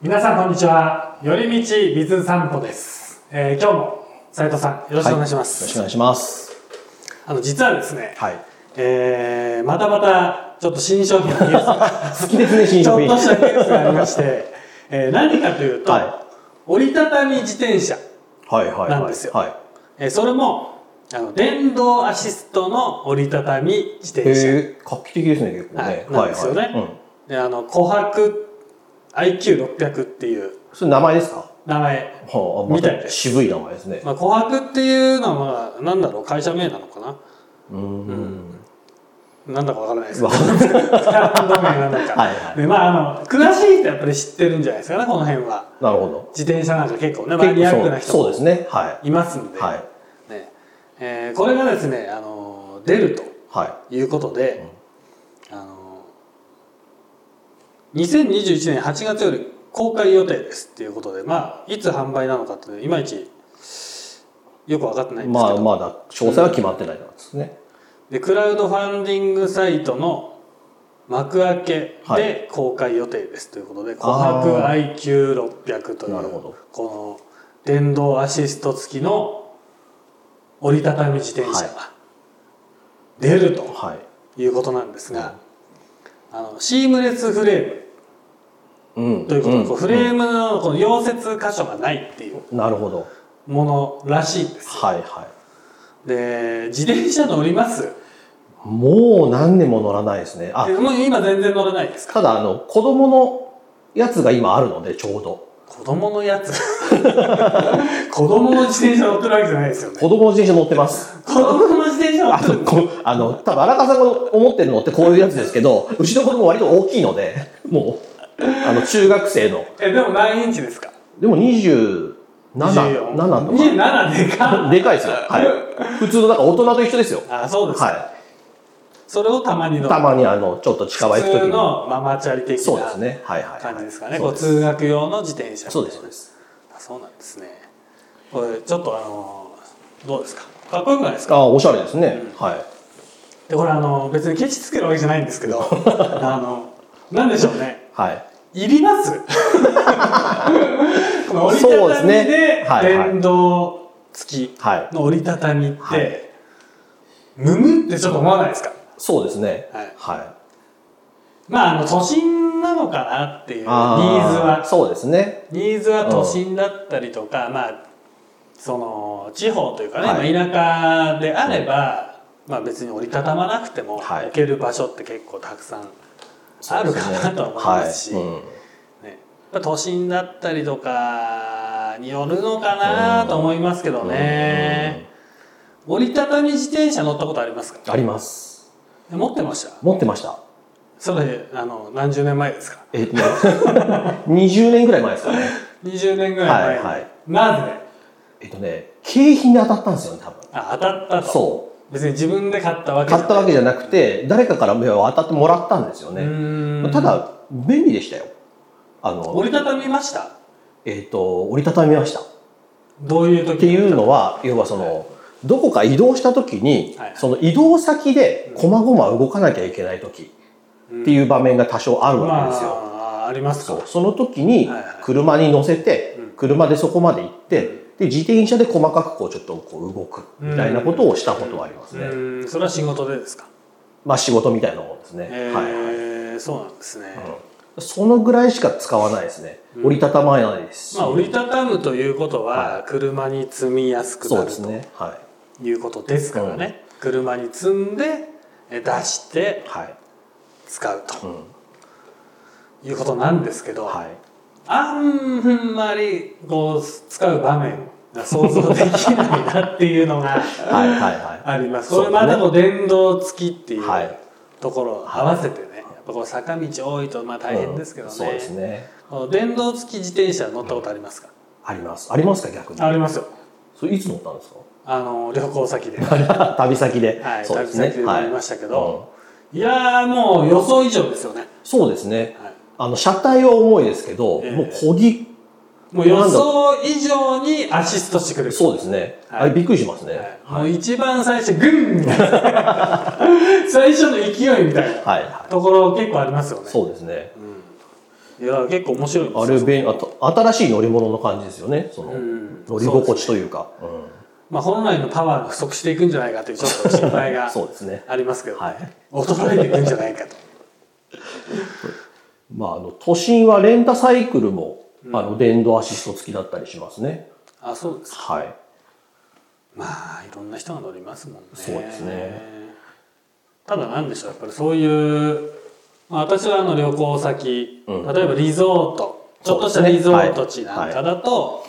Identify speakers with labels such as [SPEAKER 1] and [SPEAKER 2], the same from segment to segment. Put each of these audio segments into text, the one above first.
[SPEAKER 1] 皆さんこんにちは。寄り道ビズ散歩です。えー今日も斉藤さんよろしくお願いします。
[SPEAKER 2] よろしくお願いします。
[SPEAKER 1] あの実はですね、
[SPEAKER 2] はい。
[SPEAKER 1] えーまたまたちょっと新商品のニュースが
[SPEAKER 2] 好きですね、新
[SPEAKER 1] ちょ
[SPEAKER 2] 商
[SPEAKER 1] っ
[SPEAKER 2] 品。
[SPEAKER 1] としたニュースがありまして、えー何かというと、
[SPEAKER 2] は
[SPEAKER 1] 折りたたみ自転車、
[SPEAKER 2] はいはいはい。
[SPEAKER 1] なんですよ
[SPEAKER 2] はい。
[SPEAKER 1] えーそれもあの電動アシストの折りたたみ自
[SPEAKER 2] え
[SPEAKER 1] 転車、
[SPEAKER 2] ー、画期的ですね、結構
[SPEAKER 1] はい
[SPEAKER 2] ね。
[SPEAKER 1] なんですよね。
[SPEAKER 2] うん。
[SPEAKER 1] であの琥珀 IQ600 っていう
[SPEAKER 2] それ名前ですか
[SPEAKER 1] 名前、
[SPEAKER 2] はあ、ま
[SPEAKER 1] みたいです
[SPEAKER 2] 渋い名前ですね。
[SPEAKER 1] まあ、琥珀っていうのはまあなんだろう会社名なのかな
[SPEAKER 2] うーん。
[SPEAKER 1] なんだかわからないですけど
[SPEAKER 2] わかん
[SPEAKER 1] ブランド名な のか、
[SPEAKER 2] はいは
[SPEAKER 1] でまああの詳しい人はやっぱり知ってるんじゃないですかねこの辺は
[SPEAKER 2] なるほど。
[SPEAKER 1] 自転車なんか結構ねマニアックな
[SPEAKER 2] 結構そうそう
[SPEAKER 1] 人
[SPEAKER 2] ですね。はい
[SPEAKER 1] ますん
[SPEAKER 2] い。
[SPEAKER 1] で、
[SPEAKER 2] はい。
[SPEAKER 1] ねえーこれがですね、あのー出ると
[SPEAKER 2] は
[SPEAKER 1] いうことで、あのー2021年8月より公開予定ですっていうことでまあいつ販売なのかっていまいちよく分かってない
[SPEAKER 2] い。
[SPEAKER 1] んです
[SPEAKER 2] ま
[SPEAKER 1] け
[SPEAKER 2] あ、
[SPEAKER 1] ど、
[SPEAKER 2] まだ詳細は決まってないなんですね。
[SPEAKER 1] でクラウドファンディングサイトの幕開け
[SPEAKER 2] は
[SPEAKER 1] で公開予定ですということで「琥
[SPEAKER 2] あ
[SPEAKER 1] 珀
[SPEAKER 2] ー
[SPEAKER 1] IQ600」とい
[SPEAKER 2] なるほ
[SPEAKER 1] う
[SPEAKER 2] ど
[SPEAKER 1] この電動アシスト付きの折りたたみ自転車が出ると
[SPEAKER 2] はい。
[SPEAKER 1] いうことなんですが、あのシームレスフレー
[SPEAKER 2] うん。
[SPEAKER 1] ムということで、こうフレ
[SPEAKER 2] ム。
[SPEAKER 1] ームのこの溶接箇所がないっていう
[SPEAKER 2] なるほど。
[SPEAKER 1] ものらしいんです。
[SPEAKER 2] はいはい。
[SPEAKER 1] で自転車乗ります
[SPEAKER 2] もう何年も乗らないですね。あ
[SPEAKER 1] え、もう今全然乗らないです
[SPEAKER 2] ただ、あの、子供のやつが今あるので、ちょうど。
[SPEAKER 1] 子供のやつ 子供の自転車乗ってるわけじゃないですよね
[SPEAKER 2] 子供の自転車乗ってます。
[SPEAKER 1] 子供の自転車乗
[SPEAKER 2] あ
[SPEAKER 1] って
[SPEAKER 2] の、
[SPEAKER 1] る
[SPEAKER 2] こあの、多分荒川さんが思ってるのってこういうやつですけど、うちの子供割と大きいので、もう、あの、中学生の。
[SPEAKER 1] えでも何インチですか
[SPEAKER 2] でも27、
[SPEAKER 1] 24
[SPEAKER 2] 7と
[SPEAKER 1] 27で
[SPEAKER 2] か。
[SPEAKER 1] か
[SPEAKER 2] でかいですよ。はい。普通のなんか大人と一緒ですよ。
[SPEAKER 1] あそうです、
[SPEAKER 2] は
[SPEAKER 1] それをたまに
[SPEAKER 2] い。
[SPEAKER 1] 乗る
[SPEAKER 2] たまにあの、ちょっと近場行く
[SPEAKER 1] 普
[SPEAKER 2] とき
[SPEAKER 1] 通
[SPEAKER 2] に。
[SPEAKER 1] のママチャリ的
[SPEAKER 2] そうです
[SPEAKER 1] な
[SPEAKER 2] ね。はいはい。
[SPEAKER 1] 感じですかね
[SPEAKER 2] そ
[SPEAKER 1] こ
[SPEAKER 2] う
[SPEAKER 1] う
[SPEAKER 2] です
[SPEAKER 1] 通学用の自転車
[SPEAKER 2] そうです。そうです。
[SPEAKER 1] あそうなんですねこれちょっとあのどうですかかっこよくないですか
[SPEAKER 2] あ、おしゃれですね。はい。
[SPEAKER 1] でこれあの別にケチつけるわけじゃないんですけ どあのなんでしょうね
[SPEAKER 2] はい。
[SPEAKER 1] いります この折りた
[SPEAKER 2] そうで
[SPEAKER 1] た
[SPEAKER 2] す
[SPEAKER 1] み
[SPEAKER 2] ね
[SPEAKER 1] で
[SPEAKER 2] はいはい
[SPEAKER 1] 電動付き
[SPEAKER 2] はい。
[SPEAKER 1] の折りたたみって、
[SPEAKER 2] はい
[SPEAKER 1] むむってちょっと思わないですか
[SPEAKER 2] そうですね。
[SPEAKER 1] はい
[SPEAKER 2] はい。
[SPEAKER 1] まああの都心なのかなっていうニーズ
[SPEAKER 2] あー
[SPEAKER 1] は
[SPEAKER 2] そうですね。
[SPEAKER 1] ニーズは都心だったりとか、まあその地方というかね、
[SPEAKER 2] はい
[SPEAKER 1] まあ、田舎であれば、まあ、別に折りたたまなくても
[SPEAKER 2] はい
[SPEAKER 1] 置ける場所って結構たくさん
[SPEAKER 2] そ
[SPEAKER 1] あ
[SPEAKER 2] うで
[SPEAKER 1] る
[SPEAKER 2] すね
[SPEAKER 1] かなとは思いますし。
[SPEAKER 2] はいうん
[SPEAKER 1] ね、まあ都心だったりとかによるのかなと思いますけどね、折りたたみ自転車乗ったことありますか
[SPEAKER 2] あります。
[SPEAKER 1] 持ってました
[SPEAKER 2] 持ってました。
[SPEAKER 1] それあの何十年前ですか
[SPEAKER 2] えっとね、20年ぐらい前ですかね。
[SPEAKER 1] 20年ぐらい前に、
[SPEAKER 2] はいはい
[SPEAKER 1] なぜ
[SPEAKER 2] えっとね、景品で当たったんですよね、多分。
[SPEAKER 1] あ当たったと
[SPEAKER 2] そう
[SPEAKER 1] 別に自分で買ったわ
[SPEAKER 2] う。
[SPEAKER 1] けじゃな
[SPEAKER 2] 買っ
[SPEAKER 1] い
[SPEAKER 2] たわけじゃなくて、誰かから目を当たってもらったんですよ
[SPEAKER 1] う
[SPEAKER 2] ね。
[SPEAKER 1] ーん
[SPEAKER 2] ただ、便利でしたよ。あの、
[SPEAKER 1] 折りたたみました
[SPEAKER 2] えっと、折りたたみました。っ
[SPEAKER 1] どういう時
[SPEAKER 2] ていうのは、要はその、どこか移動した時に
[SPEAKER 1] はい、
[SPEAKER 2] その移動先で、こまごま動かなきゃいけない時っていう場面が多少あるわけですよ。
[SPEAKER 1] まああります
[SPEAKER 2] そ
[SPEAKER 1] か
[SPEAKER 2] うその時に
[SPEAKER 1] はいはい
[SPEAKER 2] 車に乗せて、
[SPEAKER 1] うん
[SPEAKER 2] 車でそこまで行って、で自転車で細かくこうちょっとこう動くみたいなことをしたことはありますね、
[SPEAKER 1] うーんそれは仕事でですか、
[SPEAKER 2] まあ仕事みたいなもんですね、
[SPEAKER 1] えー
[SPEAKER 2] はいはい、
[SPEAKER 1] そうなんですね、
[SPEAKER 2] うんそのぐらいしか使わないですね
[SPEAKER 1] うん
[SPEAKER 2] 折りたたまないですし、
[SPEAKER 1] まあ、折りたたむということ
[SPEAKER 2] は
[SPEAKER 1] は車に積みやすく
[SPEAKER 2] そ
[SPEAKER 1] な
[SPEAKER 2] う
[SPEAKER 1] る
[SPEAKER 2] ですねは
[SPEAKER 1] ということですからね、車に積んでえ出して
[SPEAKER 2] いはい、
[SPEAKER 1] 使う
[SPEAKER 2] う
[SPEAKER 1] と
[SPEAKER 2] ん
[SPEAKER 1] いうことなんですけど、
[SPEAKER 2] はい、
[SPEAKER 1] あんまりこう使う場面が想像できないなっていうのが
[SPEAKER 2] はいはいは
[SPEAKER 1] あります。
[SPEAKER 2] そ
[SPEAKER 1] こ
[SPEAKER 2] う
[SPEAKER 1] れ
[SPEAKER 2] ですね
[SPEAKER 1] までも電動付きってい
[SPEAKER 2] いうはい
[SPEAKER 1] ところを合わせてね、やっぱこう坂道多いとまあ大変ですけどね,、
[SPEAKER 2] うんそうですね
[SPEAKER 1] 電動付き自転車乗ったことありますか、
[SPEAKER 2] ありますありますか逆に
[SPEAKER 1] ありますよ。
[SPEAKER 2] それいつ乗ったんです
[SPEAKER 1] あの旅行先 で。
[SPEAKER 2] か旅先で、
[SPEAKER 1] はい、
[SPEAKER 2] そう
[SPEAKER 1] 旅
[SPEAKER 2] ですね
[SPEAKER 1] 先でもありましたけ
[SPEAKER 2] はいうん
[SPEAKER 1] ど、いやーもう予想以上ですよね、
[SPEAKER 2] そうですね、
[SPEAKER 1] はい
[SPEAKER 2] あの車体は重いですけど、
[SPEAKER 1] ええ
[SPEAKER 2] もうこぎ
[SPEAKER 1] もう予想以上にアシストしてくれる
[SPEAKER 2] そうですね、
[SPEAKER 1] はい
[SPEAKER 2] あれびっくりしますね
[SPEAKER 1] はいもう一番最初グンみたいな 最初の勢いみたいな
[SPEAKER 2] はい、は
[SPEAKER 1] ところ結構ありますよ
[SPEAKER 2] い、
[SPEAKER 1] ね
[SPEAKER 2] そうですね
[SPEAKER 1] うんいや結構面白いんです
[SPEAKER 2] あれ便あと新しい乗り物の感じですよねその、
[SPEAKER 1] うん
[SPEAKER 2] 乗り心地というか
[SPEAKER 1] まあ、本来のパワーが不足していくんじゃないかというちょっと心配
[SPEAKER 2] うん
[SPEAKER 1] が
[SPEAKER 2] そうですね
[SPEAKER 1] ありますけど、
[SPEAKER 2] はい
[SPEAKER 1] 衰えていくんじゃないかと。
[SPEAKER 2] まああの都心はレンタサイクルも、あの電動アシスト付きだったりしますね
[SPEAKER 1] あそうです
[SPEAKER 2] はい
[SPEAKER 1] まあいろんな人が乗りますもんね。
[SPEAKER 2] そうですね
[SPEAKER 1] ただなんでしょうやっぱりそういう、まあ、私はあの旅行先、
[SPEAKER 2] うん
[SPEAKER 1] 例えばリゾートちょっとした
[SPEAKER 2] そうですね
[SPEAKER 1] リゾート地なんかだと、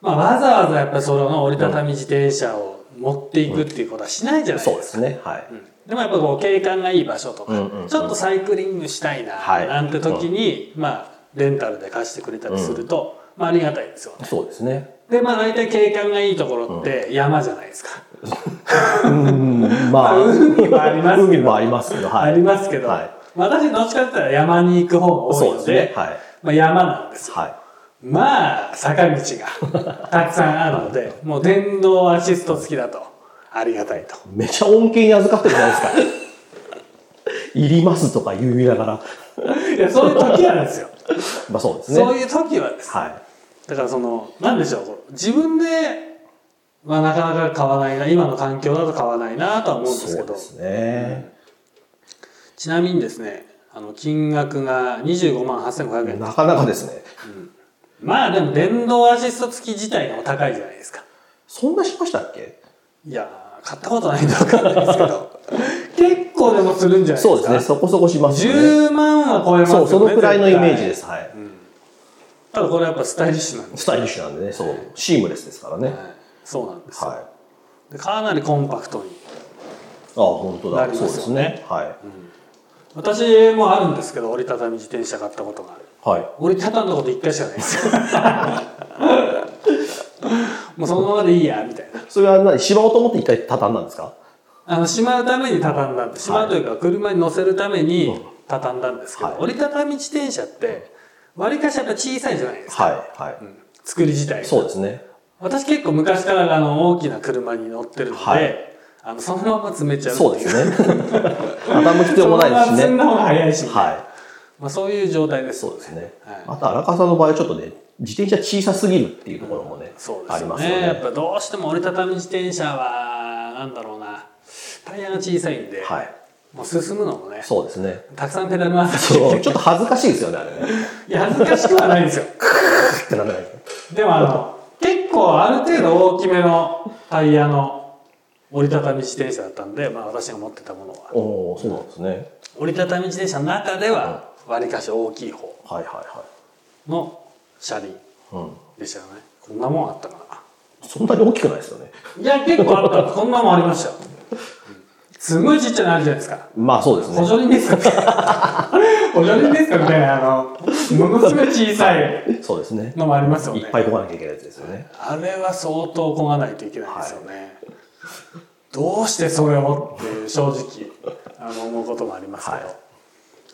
[SPEAKER 1] まあ、わざわざやっぱりその折りたたみ自転車を持っていくっていうことはしないじゃないです
[SPEAKER 2] そう
[SPEAKER 1] か
[SPEAKER 2] で。すねはい、
[SPEAKER 1] でもやっぱこう景観がいい場所とか、
[SPEAKER 2] うんうんうん
[SPEAKER 1] ちょっとサイクリングしたいな
[SPEAKER 2] はい
[SPEAKER 1] なんて時に、まあレンタルで貸してくれたりすると、まあありがたいですよね。
[SPEAKER 2] そうですね
[SPEAKER 1] でまあ大体景観がいいところって山じゃないですか。
[SPEAKER 2] うんま
[SPEAKER 1] ま
[SPEAKER 2] あ
[SPEAKER 1] あ 海もありますけ
[SPEAKER 2] 海
[SPEAKER 1] ど、
[SPEAKER 2] もありますけどは
[SPEAKER 1] あ
[SPEAKER 2] い
[SPEAKER 1] りますけど、
[SPEAKER 2] はい
[SPEAKER 1] 私どっちかって言ったら山に行く方が多い
[SPEAKER 2] そうで
[SPEAKER 1] の
[SPEAKER 2] す
[SPEAKER 1] で
[SPEAKER 2] ねはい
[SPEAKER 1] まあ、山なんですよ。
[SPEAKER 2] は
[SPEAKER 1] まあ坂道 がたくさんあるのでもう電動アシスト付きだとありがたいと。
[SPEAKER 2] いめちゃ恩恵に預かってるじゃないですか いりますとか言いながら
[SPEAKER 1] いやそういう時はですよ。
[SPEAKER 2] まあそうですね
[SPEAKER 1] そういう時はですね
[SPEAKER 2] は
[SPEAKER 1] だからそのなんでしょうこう自分ではなかなか買わないな今の環境だと買わないなとは思うん
[SPEAKER 2] い
[SPEAKER 1] ですけ
[SPEAKER 2] そう
[SPEAKER 1] ど
[SPEAKER 2] ですね、
[SPEAKER 1] ちなみにですねあの金額が25万8500円
[SPEAKER 2] なかなかですね
[SPEAKER 1] まあでも電動アシスト付き自体がもう高いじゃないですか
[SPEAKER 2] そんなしましたっけ
[SPEAKER 1] いやー買ったことないんで分かんないですけど 結構でもするんじゃないですか
[SPEAKER 2] そうですねそこそこしますよね
[SPEAKER 1] 10万は超えますよ
[SPEAKER 2] そ
[SPEAKER 1] ね
[SPEAKER 2] うそのくらいのイメー
[SPEAKER 1] 絶
[SPEAKER 2] ジ
[SPEAKER 1] 対
[SPEAKER 2] ですはい、
[SPEAKER 1] ただこれやっぱスタイリッシュなんです
[SPEAKER 2] スタイリッシュなんでねそうシームレスですからね
[SPEAKER 1] ね、そうなんですよ、
[SPEAKER 2] はい
[SPEAKER 1] でかなりコンパクトに
[SPEAKER 2] ああ本当
[SPEAKER 1] な
[SPEAKER 2] だ、
[SPEAKER 1] りますよ
[SPEAKER 2] そう
[SPEAKER 1] ね
[SPEAKER 2] ですねはい、
[SPEAKER 1] 私もあるんですけど折りたたみ自転車買ったことがある
[SPEAKER 2] はい
[SPEAKER 1] 折りたたんだこと一回しかないです よもうそのままでいいやみたいな
[SPEAKER 2] それは何しまおうと思って一回畳んだんですか
[SPEAKER 1] あのしまうために畳んだんですしまうというか車に乗せるために畳んだんですけど、
[SPEAKER 2] はい
[SPEAKER 1] 折りたたみ自転車ってわりかしやっぱ小さいじゃないですか、
[SPEAKER 2] はいはい、
[SPEAKER 1] 作り自体が
[SPEAKER 2] そうですね
[SPEAKER 1] 私結構昔からあの大きな車に乗ってるので、
[SPEAKER 2] はい
[SPEAKER 1] あのそのまま詰めちゃうってい
[SPEAKER 2] そうですね 畳む必要
[SPEAKER 1] その
[SPEAKER 2] もな
[SPEAKER 1] まま
[SPEAKER 2] いです
[SPEAKER 1] 積
[SPEAKER 2] し
[SPEAKER 1] んだ
[SPEAKER 2] ね
[SPEAKER 1] 方が早いし、
[SPEAKER 2] はい
[SPEAKER 1] まあ、そういう状態です
[SPEAKER 2] そうですね、
[SPEAKER 1] はい
[SPEAKER 2] また荒川さんの場合はちょっとね自転車小さすぎるっていうところもね、
[SPEAKER 1] そうで
[SPEAKER 2] あ
[SPEAKER 1] す
[SPEAKER 2] り
[SPEAKER 1] よ
[SPEAKER 2] ま
[SPEAKER 1] ね
[SPEAKER 2] すよ
[SPEAKER 1] やっ
[SPEAKER 2] ね
[SPEAKER 1] ぱどうしても折りたたみ自転車はなんだろうなタイヤが小さいんで、
[SPEAKER 2] はい
[SPEAKER 1] もう進むのもね
[SPEAKER 2] そうです ね
[SPEAKER 1] たくさんペダル回すし
[SPEAKER 2] そうちょっと恥ずかしいですよねあれね
[SPEAKER 1] いや恥ずかしくはないんですよ
[SPEAKER 2] ってならない
[SPEAKER 1] でもあの結構ある程度大きめのタイヤの折りたたみ自転車だったんで、まあ、私が持ってたものは
[SPEAKER 2] おおそうなんですね
[SPEAKER 1] 折りたたみ自転車の中ではわりかし大きい方
[SPEAKER 2] はいはい
[SPEAKER 1] の車輪
[SPEAKER 2] はい、うん、
[SPEAKER 1] でしたよねこんなもんあったかな
[SPEAKER 2] そんなに大きくないですよね
[SPEAKER 1] いや結構あったこんなもんありましたよすごいちっちゃなのあるじゃないですか
[SPEAKER 2] まあそうです
[SPEAKER 1] 補
[SPEAKER 2] ね
[SPEAKER 1] 助輪ですかみたいな。補助輪ですかみたいな、あの、ものすごい小さい
[SPEAKER 2] そうですね
[SPEAKER 1] のもありますよ
[SPEAKER 2] い
[SPEAKER 1] ね
[SPEAKER 2] っ。ぱいこがなきゃいけないやつですよね
[SPEAKER 1] あれは相当こがないといけないですよね。どうしてそれをっていう正直、あの、思うこともありますけど。
[SPEAKER 2] はい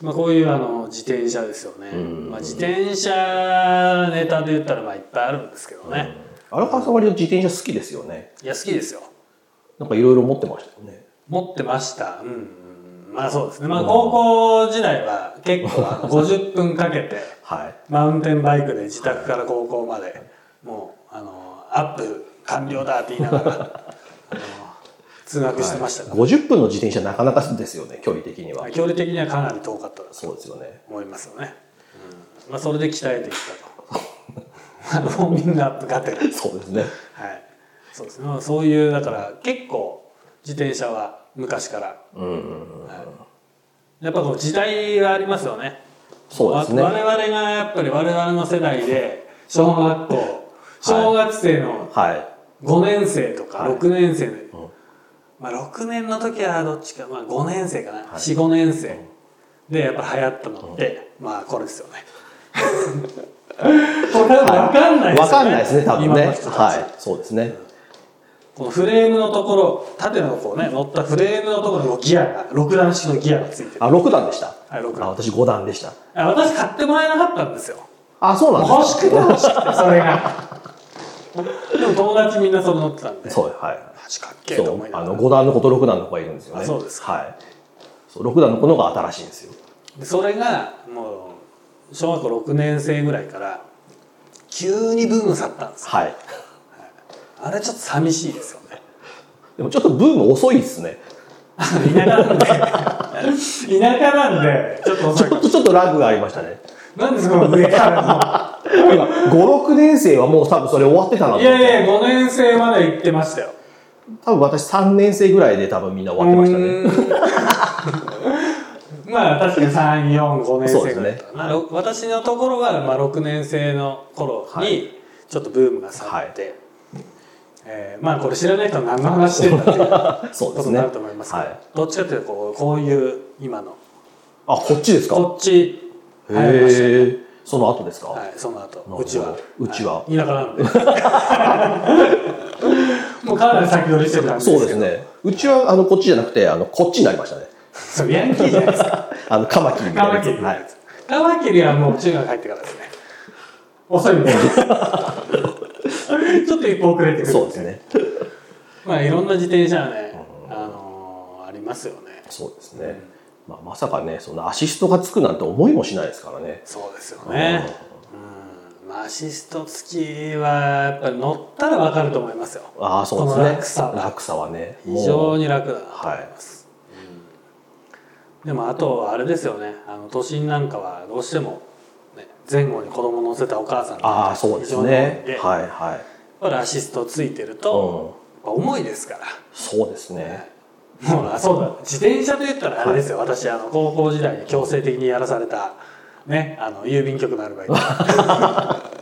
[SPEAKER 1] まあこういうあの自転車ですよね、
[SPEAKER 2] ん
[SPEAKER 1] まあ、自転車ネタで言ったらまあいっぱいあるんですけどね、
[SPEAKER 2] 荒川さん割と自転車好きですよね
[SPEAKER 1] いや好きですよ
[SPEAKER 2] なんかいろいろ持ってましたよね
[SPEAKER 1] 持ってましたうんうんまあそうですねまあ高校時代は結構 あの50分かけて
[SPEAKER 2] はい
[SPEAKER 1] マウンテンバイクで自宅から高校までもうあのアップ完了だって言いながら あの通学してましたから、
[SPEAKER 2] 50分の自転車なかなかですよね距離的には
[SPEAKER 1] 距離的にはかなり遠かったと
[SPEAKER 2] そうですよね
[SPEAKER 1] 思いますよね、うんまあ、それで鍛えていったと ウォーミングアップがてらはい
[SPEAKER 2] そうですね
[SPEAKER 1] そうですねまあそういうだから結構自転車は昔から
[SPEAKER 2] うんうんうん
[SPEAKER 1] やっぱこう時代はありますよね
[SPEAKER 2] そうですね
[SPEAKER 1] わ我々がやっぱり我々の世代で小学校小学生の
[SPEAKER 2] は
[SPEAKER 1] 5年生とか
[SPEAKER 2] はい
[SPEAKER 1] 6年生、
[SPEAKER 2] ん
[SPEAKER 1] まあ、6年の時はどっちか、まあ、5年生かな、45年生でやっぱ流行ったのって、まあこれですよね これは分かんないですよね、
[SPEAKER 2] いわかんないですね多分
[SPEAKER 1] 今
[SPEAKER 2] ね
[SPEAKER 1] の人たち、
[SPEAKER 2] はいそうですね
[SPEAKER 1] このフレームのところ縦のこうね乗ったフレームのところにもギアが6段式のギアがついてる
[SPEAKER 2] あ六段でした
[SPEAKER 1] はい六段
[SPEAKER 2] あ私五段でした
[SPEAKER 1] あ私買ってもらえなかったんですよ
[SPEAKER 2] あそうなん
[SPEAKER 1] 欲
[SPEAKER 2] で
[SPEAKER 1] し
[SPEAKER 2] す
[SPEAKER 1] くて欲しくてそれが でも友達みんなそれ乗ってたんで
[SPEAKER 2] かそうは
[SPEAKER 1] マジかっ
[SPEAKER 2] い
[SPEAKER 1] けえ
[SPEAKER 2] そ
[SPEAKER 1] と思いうな
[SPEAKER 2] あ
[SPEAKER 1] が
[SPEAKER 2] の
[SPEAKER 1] ら
[SPEAKER 2] 五段の子と六段の子がいるんですよね
[SPEAKER 1] あそうです
[SPEAKER 2] はいそう六段の子の方が新しいんですよ
[SPEAKER 1] でそれがもう小学校6年生ぐらいから急にブーム去ったんですよ
[SPEAKER 2] はい。
[SPEAKER 1] あれちょっと寂しいですよね
[SPEAKER 2] でもちょっとブーム遅いですね。
[SPEAKER 1] 田舎なんで田舎なんでちょっと遅
[SPEAKER 2] ち
[SPEAKER 1] い
[SPEAKER 2] ょっとちょっとラグがありましたね。
[SPEAKER 1] なんですかこの上から
[SPEAKER 2] 今5、6年生はもう多分それ終わってたなと
[SPEAKER 1] の
[SPEAKER 2] 思っ
[SPEAKER 1] い
[SPEAKER 2] て。
[SPEAKER 1] やいや5年生まで行ってましたよ
[SPEAKER 2] 多分私3年生ぐらいで多分みんな終わってましたね。
[SPEAKER 1] うーん まあ確かに345年生ぐらいだったかな、
[SPEAKER 2] そ
[SPEAKER 1] ろ私のところは、まあ、6年生の頃
[SPEAKER 2] は
[SPEAKER 1] にちょっとブームが去って、えーまあこれ知らない人は何の話してるんだっていう
[SPEAKER 2] そう
[SPEAKER 1] こ
[SPEAKER 2] で
[SPEAKER 1] と
[SPEAKER 2] す
[SPEAKER 1] に
[SPEAKER 2] ね。
[SPEAKER 1] なると思いますけど
[SPEAKER 2] はい。
[SPEAKER 1] どっちかというとこうこういう今の
[SPEAKER 2] あ、こっちですか
[SPEAKER 1] こっち
[SPEAKER 2] へ
[SPEAKER 1] 流行りましたね
[SPEAKER 2] え。その後ですか、
[SPEAKER 1] はい、その後
[SPEAKER 2] ほど
[SPEAKER 1] うちは
[SPEAKER 2] うちはい
[SPEAKER 1] 田舎なんで もうかなり先取りしてたんですけ
[SPEAKER 2] そ
[SPEAKER 1] ど
[SPEAKER 2] うですね。うちはあのこっちじゃなくて、あのこっちになりましたね。
[SPEAKER 1] そうヤンキーじゃないですか
[SPEAKER 2] あのカマキリみたい
[SPEAKER 1] カマ
[SPEAKER 2] なや
[SPEAKER 1] キ
[SPEAKER 2] つ。
[SPEAKER 1] リの
[SPEAKER 2] は
[SPEAKER 1] や
[SPEAKER 2] い
[SPEAKER 1] つ。カマキリはもう中学入ってからですね。遅いんで。 ちょっと一歩遅れてくる。
[SPEAKER 2] そうです。ね。
[SPEAKER 1] まあいろんな自転車はね、あのーありますよね。
[SPEAKER 2] そうですね。まあ、まさかね、そんなアシストがつくなんて思いもしないですからね。
[SPEAKER 1] そうですよね。うん。まあアシスト付きはやっぱり乗ったらわかると思いますよ。
[SPEAKER 2] ああ、そうです
[SPEAKER 1] こ
[SPEAKER 2] ね。
[SPEAKER 1] の落差
[SPEAKER 2] 落差はね。
[SPEAKER 1] 非常
[SPEAKER 2] に。
[SPEAKER 1] に楽だなと思
[SPEAKER 2] はい
[SPEAKER 1] います。でもあとはあれですよね。あの都心なんかはどうしても、ね、前後に子供乗せたお母さん
[SPEAKER 2] ああ、そうですね。はいはい。
[SPEAKER 1] やっぱりアシストついてる
[SPEAKER 2] うん
[SPEAKER 1] と、やっぱ重いですから
[SPEAKER 2] そうですね。
[SPEAKER 1] もうあそうだ自転車と言ったらあれですよ、私あの高校時代に強制的にやらされた、ね、あの郵便局のアル バイトもう
[SPEAKER 2] は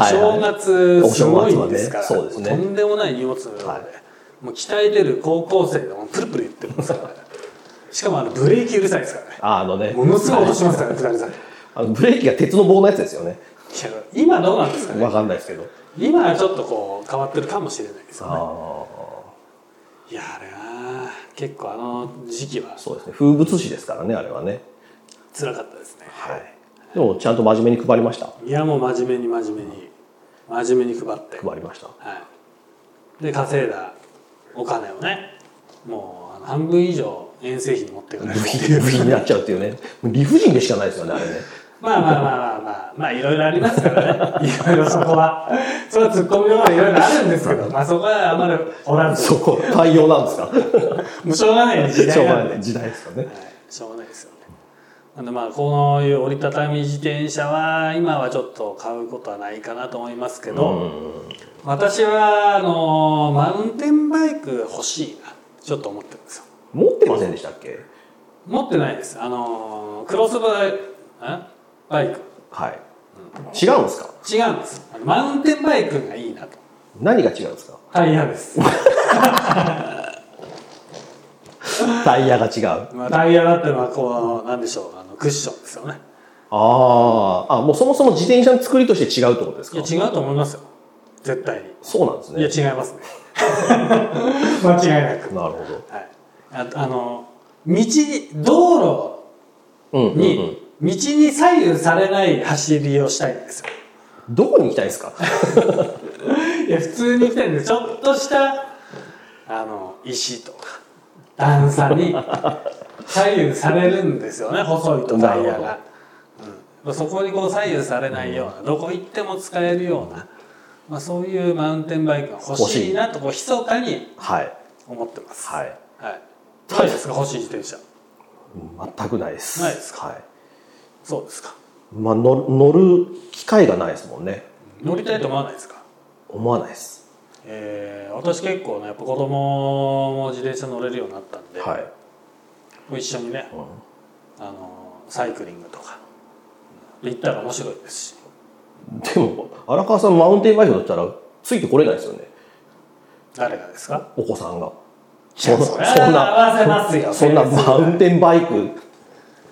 [SPEAKER 2] い
[SPEAKER 1] 正月すごいんですから、
[SPEAKER 2] お正月はねそうですね
[SPEAKER 1] とんでもない荷物なので、
[SPEAKER 2] はい
[SPEAKER 1] もう鍛えてる高校生でもうプルプル言ってるんですから、ね、しかもあのブレーキうるさいですからね
[SPEAKER 2] あのね。
[SPEAKER 1] ものすごい音しますからね下り坂い
[SPEAKER 2] あのブレーキが鉄の棒のやつですよね。
[SPEAKER 1] や今どうなんですかね
[SPEAKER 2] わかんないですけど。
[SPEAKER 1] 今はちょっとこう変わってるかもしれないですよね
[SPEAKER 2] あ
[SPEAKER 1] いやあれは結構あの時期は
[SPEAKER 2] あ、そうですね。風物詩ですからね、あれはね。
[SPEAKER 1] 辛かったですね、
[SPEAKER 2] はい。でも、ちゃんと真面目に配りました。
[SPEAKER 1] い、やもう真面目に真面目に真面目に配って、は
[SPEAKER 2] 配りました。
[SPEAKER 1] い、で稼いだお金をねもうあの半分以上遠征費に持って くれるってい
[SPEAKER 2] 理
[SPEAKER 1] う
[SPEAKER 2] 不尽になっちゃうっていうね。理不尽でしかないですよね、あれね。
[SPEAKER 1] まあまあまあまあまあまあいろいろあります からねいろいろそこはそれは突っ込みどころいろいろあるんですけ どまあそこはあんまりおらず
[SPEAKER 2] そこ、対応なんですか。
[SPEAKER 1] もうしょうがない時
[SPEAKER 2] し
[SPEAKER 1] 代
[SPEAKER 2] ょう
[SPEAKER 1] な
[SPEAKER 2] が
[SPEAKER 1] んで
[SPEAKER 2] ない時代ですかね。
[SPEAKER 1] はい、しょうがないですよね。なんでまあこの折りたたみ自転車は今はちょっと買うことはないかなと思いますけ
[SPEAKER 2] う
[SPEAKER 1] ど、
[SPEAKER 2] ん。
[SPEAKER 1] 私はあのマウンテンバイク欲しいなちょっと思ってるんですよ。
[SPEAKER 2] 持ってませんでしたっけ。
[SPEAKER 1] 持ってないです。あのクロスバイえバイク
[SPEAKER 2] はい。違うんですか。
[SPEAKER 1] 違うんです。あのマウンテンバイクがいいなと。
[SPEAKER 2] 何が違うんですか。
[SPEAKER 1] タイヤです。
[SPEAKER 2] タイヤが違う。あ
[SPEAKER 1] まあタイヤだってまあこうなんでしょうあのクッションですよね。
[SPEAKER 2] あー、あ、もうそもそも自転車の作りとして違うってことです
[SPEAKER 1] い
[SPEAKER 2] か
[SPEAKER 1] や。違うと思いますよ。絶対に。
[SPEAKER 2] そうなんですね。
[SPEAKER 1] いや違いますね。 間違いなく。
[SPEAKER 2] なるほど。
[SPEAKER 1] はい、ああの道に道
[SPEAKER 2] うん、
[SPEAKER 1] 路
[SPEAKER 2] うん、
[SPEAKER 1] に、
[SPEAKER 2] うん。
[SPEAKER 1] 道に左右されない走りをしたいんですよ
[SPEAKER 2] どこに行きたいですか。
[SPEAKER 1] いや普通に来てるん でちょっとしたあの石とか段差に左右されるんですよね細いとタイヤ
[SPEAKER 2] な
[SPEAKER 1] が、うん、そこにこう左右されないような、どこ行っても使えるような、まあ、そういうマウンテンバイクが欲しいなとこう密かに
[SPEAKER 2] はい。
[SPEAKER 1] 思ってます
[SPEAKER 2] はい。
[SPEAKER 1] はい、どうですか欲しい自転車
[SPEAKER 2] 全くないです。
[SPEAKER 1] ないです
[SPEAKER 2] はい。
[SPEAKER 1] そうですか
[SPEAKER 2] まあ、乗乗る機会がないですもんね。
[SPEAKER 1] 乗りたいと思わないですか、
[SPEAKER 2] 思わないです。
[SPEAKER 1] えー私結構ねやっぱ子供も自転車乗れるようになったんで、
[SPEAKER 2] はい。
[SPEAKER 1] 一緒にね、あのサイクリングとか行ったら面白いですし
[SPEAKER 2] でも、荒川さんマウンテンバイクだったら、ついてこれないですよね。
[SPEAKER 1] 誰がですか
[SPEAKER 2] お子さんが。
[SPEAKER 1] いやそれは合わせますよ
[SPEAKER 2] そんな
[SPEAKER 1] それは
[SPEAKER 2] マウンテンバイク。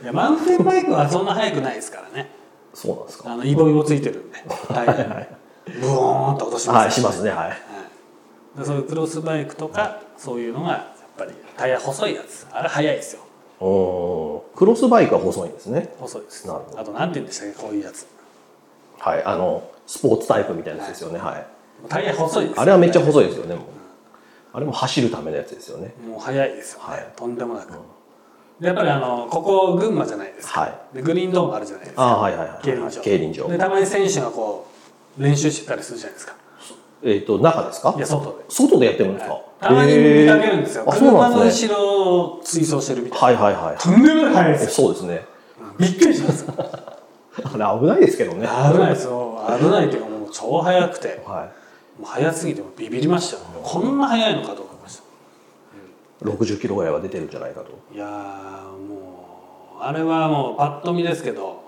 [SPEAKER 1] いやマウンテンバイクはそんな速くないですからね
[SPEAKER 2] そうなんですか。
[SPEAKER 1] あのイボイボついてるんではいブオーンと落とします
[SPEAKER 2] はい、しますね。はい。
[SPEAKER 1] でそういうクロスバイクとかそういうのがやっぱりタイヤ細いやつあれ速いですよ
[SPEAKER 2] うん。クロスバイクは細いんですね。
[SPEAKER 1] 細いです
[SPEAKER 2] なるほど
[SPEAKER 1] あとなんて言うんでしたっけこういうやつ
[SPEAKER 2] はい。あの、スポーツタイプみたいなやつですよね。はい。
[SPEAKER 1] タイヤ細いですよね
[SPEAKER 2] あれはめっちゃ細いですよね。もうあれも走るためのやつですよね。
[SPEAKER 1] もう早いですよね、
[SPEAKER 2] はい
[SPEAKER 1] とんでもなく、でやっぱりあのここ群馬じゃないですか
[SPEAKER 2] はい。
[SPEAKER 1] でグリーンドームあるじゃないですか
[SPEAKER 2] あーはいはいはい。
[SPEAKER 1] 競輪場
[SPEAKER 2] 競輪場
[SPEAKER 1] で。たまに選手がこう練習してたりするじゃないですか
[SPEAKER 2] えっと、中ですか
[SPEAKER 1] いや外で
[SPEAKER 2] 外でやってるんですか
[SPEAKER 1] たまに見かけるんですよ、
[SPEAKER 2] へーあ、そう
[SPEAKER 1] 車
[SPEAKER 2] なん
[SPEAKER 1] の
[SPEAKER 2] ですね。
[SPEAKER 1] 後ろを追走してるみたいな、
[SPEAKER 2] はいはいはい。
[SPEAKER 1] とんでもない速いで
[SPEAKER 2] え
[SPEAKER 1] すよ
[SPEAKER 2] そうですね。
[SPEAKER 1] びっくりしますよ
[SPEAKER 2] あれ危ないですけどね。
[SPEAKER 1] 危ないですよ危ないというかもう超速くて
[SPEAKER 2] は
[SPEAKER 1] もう速すぎてもうビビりましたよこんな速いのかと思いました
[SPEAKER 2] い。60キロぐらいは出てるんじゃないかと。
[SPEAKER 1] いやーもうあれはもうパッと見ですけど、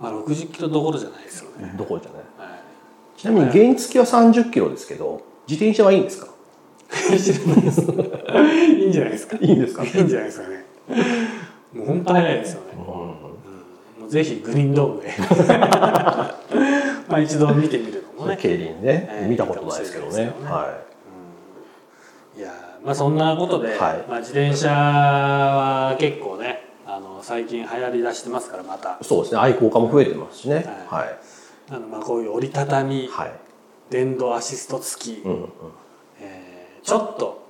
[SPEAKER 1] まあ、60キロどころじゃないですよね、
[SPEAKER 2] どころじゃない。
[SPEAKER 1] は
[SPEAKER 2] ちなみに原付きは30キロですけど、自転車はいいんですか
[SPEAKER 1] い、知らないです いいんじゃないですか
[SPEAKER 2] いいんですか
[SPEAKER 1] いいんじゃないですかねもう本当早いですよね、うんもうぜひグリーンドームで まあ一度見てみるのもね
[SPEAKER 2] 競輪ね、
[SPEAKER 1] ええ
[SPEAKER 2] 見たことないですけどね。
[SPEAKER 1] いいかもしれない
[SPEAKER 2] はい
[SPEAKER 1] やーまあそんなことで、
[SPEAKER 2] はい
[SPEAKER 1] まあ、自転車は結構ねあの最近流行りだしてますからまた
[SPEAKER 2] い。そうですね。愛好家も増えてますしね。は
[SPEAKER 1] あのまあこういう折りたたみ
[SPEAKER 2] い。はい。
[SPEAKER 1] 電動アシスト付き、
[SPEAKER 2] うんうん。
[SPEAKER 1] えーちょっと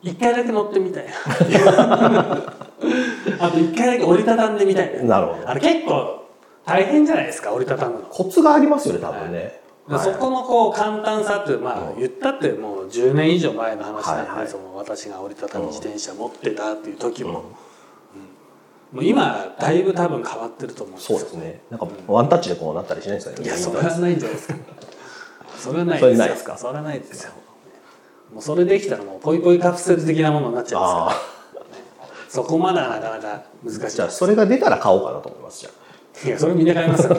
[SPEAKER 1] 一回だけ乗ってみた いなあと一回だけ折りたたんでみたいな
[SPEAKER 2] なるほど
[SPEAKER 1] あれ結構大変じゃないですか折りたたむの、
[SPEAKER 2] コツがありますよね、多分ね。
[SPEAKER 1] そ
[SPEAKER 2] はい
[SPEAKER 1] このこう簡単さっていうまあ言ったってもう10年以上前の話なんで、
[SPEAKER 2] はいはい
[SPEAKER 1] その私が折りたたみ自転車持ってたっていう時
[SPEAKER 2] うん
[SPEAKER 1] も,、もう今だいぶ多分変わってると思うんです
[SPEAKER 2] そ
[SPEAKER 1] よ
[SPEAKER 2] うですね。なんかワンタッチでこうなったりしないですかね。
[SPEAKER 1] いや
[SPEAKER 2] み
[SPEAKER 1] そ
[SPEAKER 2] ん
[SPEAKER 1] れ
[SPEAKER 2] な
[SPEAKER 1] はないんじゃないですかそれはないですよ
[SPEAKER 2] それないですか
[SPEAKER 1] それはないですよもうそれできたらもうポイポイカプセル的なものになっちゃいますから
[SPEAKER 2] あ
[SPEAKER 1] そこまではなかなか難しい
[SPEAKER 2] あ。じゃあそれが出たら買おうかなと思います。じゃ
[SPEAKER 1] いやそれみんな買いますよ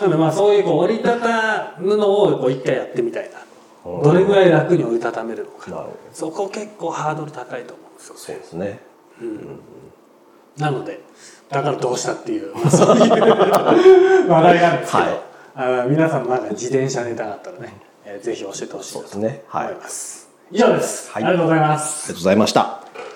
[SPEAKER 1] なのでまあそういうこう折りたたむのをこう一回やってみたいな
[SPEAKER 2] うん
[SPEAKER 1] どれぐらい楽に折りたためるの
[SPEAKER 2] あ。なる
[SPEAKER 1] か
[SPEAKER 2] ほど。
[SPEAKER 1] そこ結構ハードル高いと思うんですよ
[SPEAKER 2] そうですね。
[SPEAKER 1] なのでだからどうしたっていう、まあそういう話題なんですけど、
[SPEAKER 2] はい
[SPEAKER 1] あの皆さんもなんか自転車ネタがあったらね、えーぜひ教えてほしいな
[SPEAKER 2] そうで
[SPEAKER 1] と
[SPEAKER 2] す
[SPEAKER 1] 思い
[SPEAKER 2] ね。はい。ありがと
[SPEAKER 1] ます、以上です、
[SPEAKER 2] はい
[SPEAKER 1] ありがとうございます
[SPEAKER 2] うございました。